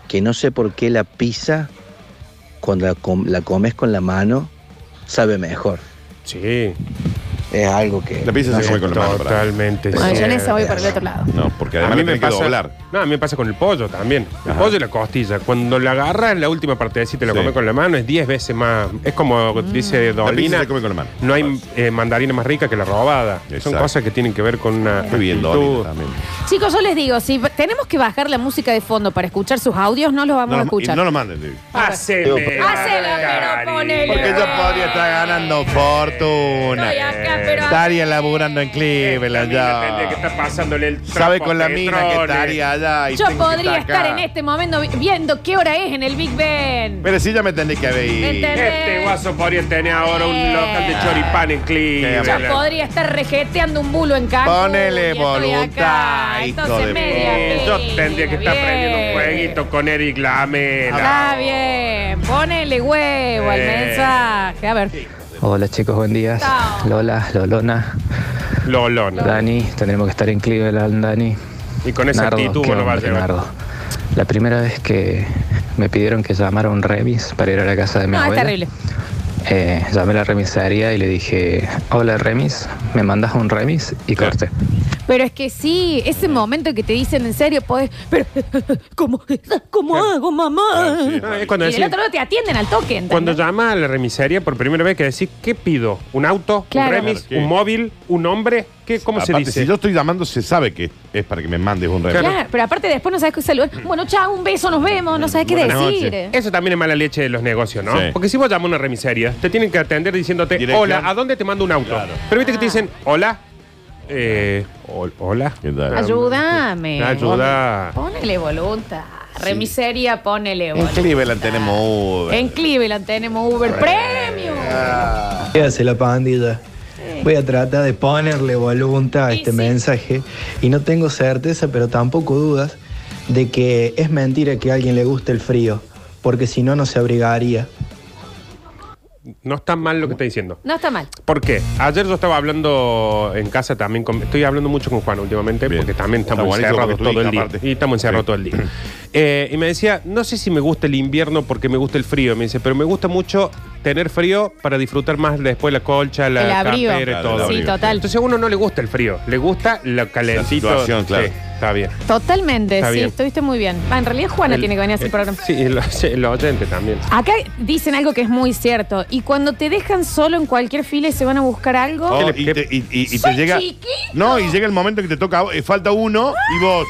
[SPEAKER 15] que no sé por qué la pizza, cuando la, com- la comes con la mano, sabe mejor.
[SPEAKER 3] Sí.
[SPEAKER 15] Es algo que.
[SPEAKER 2] La pizza
[SPEAKER 15] no
[SPEAKER 2] se
[SPEAKER 15] sé.
[SPEAKER 2] come con la mano. pará.
[SPEAKER 3] Totalmente.
[SPEAKER 1] Bueno, yo en esa voy por el otro lado.
[SPEAKER 2] No, porque además la
[SPEAKER 3] a mí me
[SPEAKER 2] tenés que
[SPEAKER 3] pasa,
[SPEAKER 2] doblar.
[SPEAKER 3] No, a mí me pasa con el pollo también. El pollo y la costilla. Cuando la agarras en la última parte si te la comes con la mano, es 10 veces más. Es como
[SPEAKER 1] Ah.
[SPEAKER 3] dice
[SPEAKER 2] La pizza
[SPEAKER 3] Dolina.
[SPEAKER 2] se come con la mano.
[SPEAKER 3] No hay eh, mandarina más rica que la robada. Son
[SPEAKER 2] Exacto.
[SPEAKER 3] cosas que tienen que ver con una
[SPEAKER 2] Dolina
[SPEAKER 3] actitud.
[SPEAKER 1] Chicos, yo les digo, si tenemos que bajar la música de fondo para escuchar sus audios, no los vamos a
[SPEAKER 2] No, lo- y
[SPEAKER 1] escuchar.
[SPEAKER 2] no lo manden. Diego.
[SPEAKER 3] Hacelo,
[SPEAKER 1] pero ponele.
[SPEAKER 2] Porque yo podría estar ganando fortuna.
[SPEAKER 1] Estoy acá, pero-
[SPEAKER 2] Estaría laburando en Cleveland
[SPEAKER 3] Tendría que
[SPEAKER 2] ya.
[SPEAKER 3] estar pasándole el
[SPEAKER 2] Sabe
[SPEAKER 3] trapo
[SPEAKER 2] con la
[SPEAKER 3] a
[SPEAKER 2] mina que
[SPEAKER 3] Petrones.
[SPEAKER 2] estaría allá. y
[SPEAKER 1] Yo
[SPEAKER 2] tengo que
[SPEAKER 1] podría estar
[SPEAKER 2] acá.
[SPEAKER 1] en este momento vi- viendo qué hora es en el Big Ben.
[SPEAKER 2] Pero si ya me tendré que haber
[SPEAKER 1] ¿Me
[SPEAKER 2] ido.
[SPEAKER 1] entendés?
[SPEAKER 3] Este guaso podría tener ahora un
[SPEAKER 1] Eh.
[SPEAKER 3] local de choripán en
[SPEAKER 1] Yo
[SPEAKER 3] Cleveland.
[SPEAKER 1] podría estar rejeteando un bulo en Cancún.
[SPEAKER 3] Ponele
[SPEAKER 1] y estoy acá.
[SPEAKER 3] voluntad, hijo
[SPEAKER 1] Entonces,
[SPEAKER 3] de
[SPEAKER 1] media
[SPEAKER 3] Eh, Yo
[SPEAKER 1] pila,
[SPEAKER 3] tendría que estar
[SPEAKER 1] bien.
[SPEAKER 3] prendiendo un jueguito con Eric Lamela.
[SPEAKER 1] Está bien. Ponele huevo al
[SPEAKER 3] Eh.
[SPEAKER 1] mensaje. A ver.
[SPEAKER 16] Hola chicos, buen día. Lola, Lolona.
[SPEAKER 3] Lolona.
[SPEAKER 16] Dani, tendremos que estar en Cleveland, Dani.
[SPEAKER 3] Y con esa actitud
[SPEAKER 16] ¿qué
[SPEAKER 3] uno va a
[SPEAKER 16] onda,
[SPEAKER 3] llegar.
[SPEAKER 16] Nardo? La primera vez que me pidieron que llamara a un remis para ir a la casa de mi
[SPEAKER 1] No, es
[SPEAKER 16] abuela.
[SPEAKER 1] terrible.
[SPEAKER 16] eh, llamé a la remisaria y le dije, Eh, hola remis, me mandas un remis y corté.
[SPEAKER 1] Pero es que sí, ese momento que te dicen en serio, podés. Pero, ¿cómo, cómo hago, mamá?
[SPEAKER 3] No, es cuando
[SPEAKER 1] y del
[SPEAKER 3] decís-
[SPEAKER 1] otro lado te atienden al toque. ¿entendés?
[SPEAKER 3] Cuando llama a la remisería por primera vez, que decís, ¿qué pido? ¿Un auto?
[SPEAKER 1] Claro.
[SPEAKER 3] ¿Un remis?
[SPEAKER 2] Claro, ¿qué?
[SPEAKER 3] ¿Un móvil? ¿Un hombre? ¿Qué, ¿Cómo se
[SPEAKER 2] Aparte,
[SPEAKER 3] dice?
[SPEAKER 2] Si yo estoy llamando, se sabe que es para que me mandes un regalo.
[SPEAKER 1] Claro. pero aparte después no sabes qué saludar. Bueno, chao, un beso, nos vemos, no sabes qué
[SPEAKER 3] Mm. Buenas
[SPEAKER 1] decir.
[SPEAKER 3] noches. Eso también es mala leche de los negocios, ¿no?
[SPEAKER 2] Sí.
[SPEAKER 3] Porque si vos llamas a una remisería, te tienen que atender diciéndote,
[SPEAKER 2] Dirección.
[SPEAKER 3] hola, ¿a dónde te mando un auto? Pero viste que te dicen, hola. Eh, hol- hola. Ah,
[SPEAKER 1] Ayúdame.
[SPEAKER 3] Ayuda.
[SPEAKER 1] Ponele voluntad. Remisería, ponele
[SPEAKER 2] En
[SPEAKER 1] voluntad.
[SPEAKER 2] Cleveland tenemos Uber.
[SPEAKER 1] En Cleveland tenemos Uber Premium.
[SPEAKER 17] ¿Qué hace la pandilla? Voy a tratar de ponerle voluntad a este mensaje y no tengo certeza, pero tampoco dudas, de que es mentira que a alguien le guste el frío, porque si no, no se abrigaría.
[SPEAKER 3] No está mal lo que está diciendo.
[SPEAKER 1] No está mal.
[SPEAKER 3] ¿Por qué? Ayer yo estaba hablando en casa también, con- estoy hablando mucho con Juan últimamente, porque también
[SPEAKER 2] Está
[SPEAKER 3] estamos
[SPEAKER 2] buenísimo
[SPEAKER 3] encerrados
[SPEAKER 2] porque
[SPEAKER 3] todo el
[SPEAKER 2] estudica,
[SPEAKER 3] día.
[SPEAKER 2] aparte.
[SPEAKER 3] Y estamos encerrados todo el día. Eh, y me decía, no sé si me gusta el invierno porque me gusta el frío. Me dice, pero me gusta mucho tener frío para disfrutar más después la colcha,
[SPEAKER 1] El
[SPEAKER 3] la
[SPEAKER 1] abrigo.
[SPEAKER 3] campera y
[SPEAKER 1] Claro,
[SPEAKER 3] todo.
[SPEAKER 1] el abrigo. Sí, total.
[SPEAKER 3] Entonces a uno no le gusta el frío, le gusta lo calentito.
[SPEAKER 2] situación, claro.
[SPEAKER 3] Sí, está bien.
[SPEAKER 1] Totalmente,
[SPEAKER 3] Está
[SPEAKER 1] sí,
[SPEAKER 3] bien.
[SPEAKER 1] estuviste muy bien. Ah, en realidad Juana
[SPEAKER 3] El-
[SPEAKER 1] tiene que venir a hacer el
[SPEAKER 3] eh,
[SPEAKER 1] programa.
[SPEAKER 3] Sí, el, el oyente también.
[SPEAKER 1] Acá dicen algo que es muy cierto. Y cuando te dejan solo en cualquier fila y se van a buscar algo.
[SPEAKER 2] Oh, y te, y- y- y te
[SPEAKER 1] Soy
[SPEAKER 2] llega.
[SPEAKER 1] chiquito.
[SPEAKER 2] No, y llega el momento en que te toca. a vos, eh, Falta uno y vos.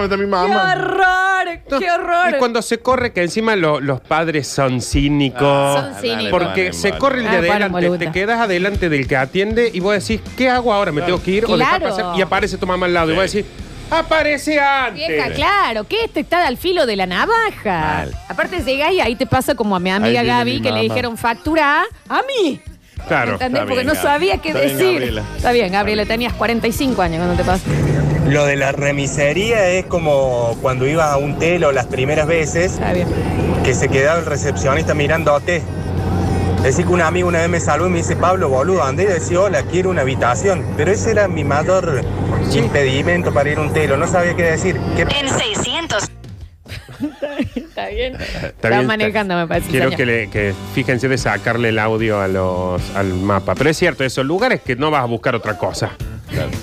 [SPEAKER 2] Disfrútame a mi mamá.
[SPEAKER 1] ¡Qué horror! ¡Qué horror!
[SPEAKER 3] Y cuando se corre, que encima lo- los padres son cínicos.
[SPEAKER 1] Ah, Son cínicos.
[SPEAKER 3] Porque
[SPEAKER 1] Ponen
[SPEAKER 3] se
[SPEAKER 1] bola.
[SPEAKER 3] corre el de
[SPEAKER 1] Ah, ponen
[SPEAKER 3] adelante,
[SPEAKER 1] boluda.
[SPEAKER 3] te quedas adelante del que atiende y vos decís, ¿qué hago ahora? ¿Me tengo que ir? O dejar
[SPEAKER 1] Claro.
[SPEAKER 3] pasar? Y aparece tu mamá al lado y vos decís, ¡aparece antes!
[SPEAKER 1] Vieja, claro, que este está al filo de la navaja. Aparte llegás y ahí te pasa como a mi amiga
[SPEAKER 3] viene
[SPEAKER 1] Gaby
[SPEAKER 3] mi
[SPEAKER 1] que le
[SPEAKER 3] mamá.
[SPEAKER 1] dijeron factura a mí.
[SPEAKER 3] Claro.
[SPEAKER 1] ¿Entendés? Porque no sabía qué decir. Está bien, Gabriela, tenías 45 años cuando te pasó.
[SPEAKER 6] Lo de la remisería es como cuando ibas a un telo las primeras veces, que se quedaba el recepcionista mirándote. Decir que un amigo una vez me saludó y me dice, Pablo, boludo, andé y decía, hola, quiero una habitación. Pero ese era mi mayor impedimento para ir a un telo, no sabía qué decir. ¿Qué
[SPEAKER 18] En 600.
[SPEAKER 1] Está bien.
[SPEAKER 3] Está
[SPEAKER 1] Está,
[SPEAKER 3] bien,
[SPEAKER 1] manejando, me parece.
[SPEAKER 3] Quiero
[SPEAKER 1] señor.
[SPEAKER 3] que, le- que fíjense de sacarle el audio a los, al mapa. Pero es cierto, esos lugares que no vas a buscar otra cosa.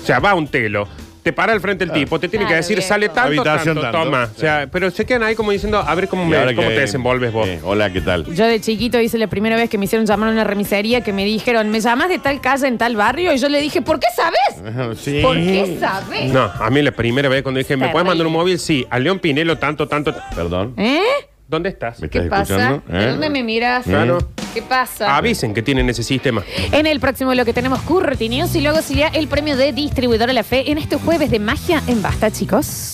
[SPEAKER 3] O sea, va a un telo. Te para al frente el tipo, te tiene que
[SPEAKER 2] Claro,
[SPEAKER 3] decir,
[SPEAKER 2] viejo.
[SPEAKER 3] sale tanto,
[SPEAKER 2] Habitación
[SPEAKER 3] tanto,
[SPEAKER 2] tanto.
[SPEAKER 3] toma. O sea, pero se quedan ahí como diciendo, a ver cómo,
[SPEAKER 2] ¿Y
[SPEAKER 3] me-
[SPEAKER 2] ahora
[SPEAKER 3] cómo
[SPEAKER 2] qué?
[SPEAKER 3] te desenvolves vos.
[SPEAKER 2] Hola, ¿qué tal?
[SPEAKER 1] Yo de chiquito hice la primera vez que me hicieron llamar a una remisería que me dijeron, me llamas de tal casa en tal barrio y yo le dije, ¿por qué sabes?
[SPEAKER 3] Sí.
[SPEAKER 1] ¿Por qué sabes?
[SPEAKER 3] No, a mí la primera vez cuando dije, ¿me puedes mandar un móvil? Sí, a León Pinelo tanto, tanto.
[SPEAKER 2] Perdón.
[SPEAKER 1] ¿Eh?
[SPEAKER 3] ¿Dónde estás? ¿Eh?
[SPEAKER 2] ¿Me
[SPEAKER 1] ¿Qué pasa? ¿De dónde me miras?
[SPEAKER 3] Claro.
[SPEAKER 1] ¿Qué pasa?
[SPEAKER 3] Avisen que tienen ese sistema.
[SPEAKER 1] En el próximo lo que tenemos Curti News y luego sería el premio de distribuidor a la fe en este jueves de magia en Basta, chicos.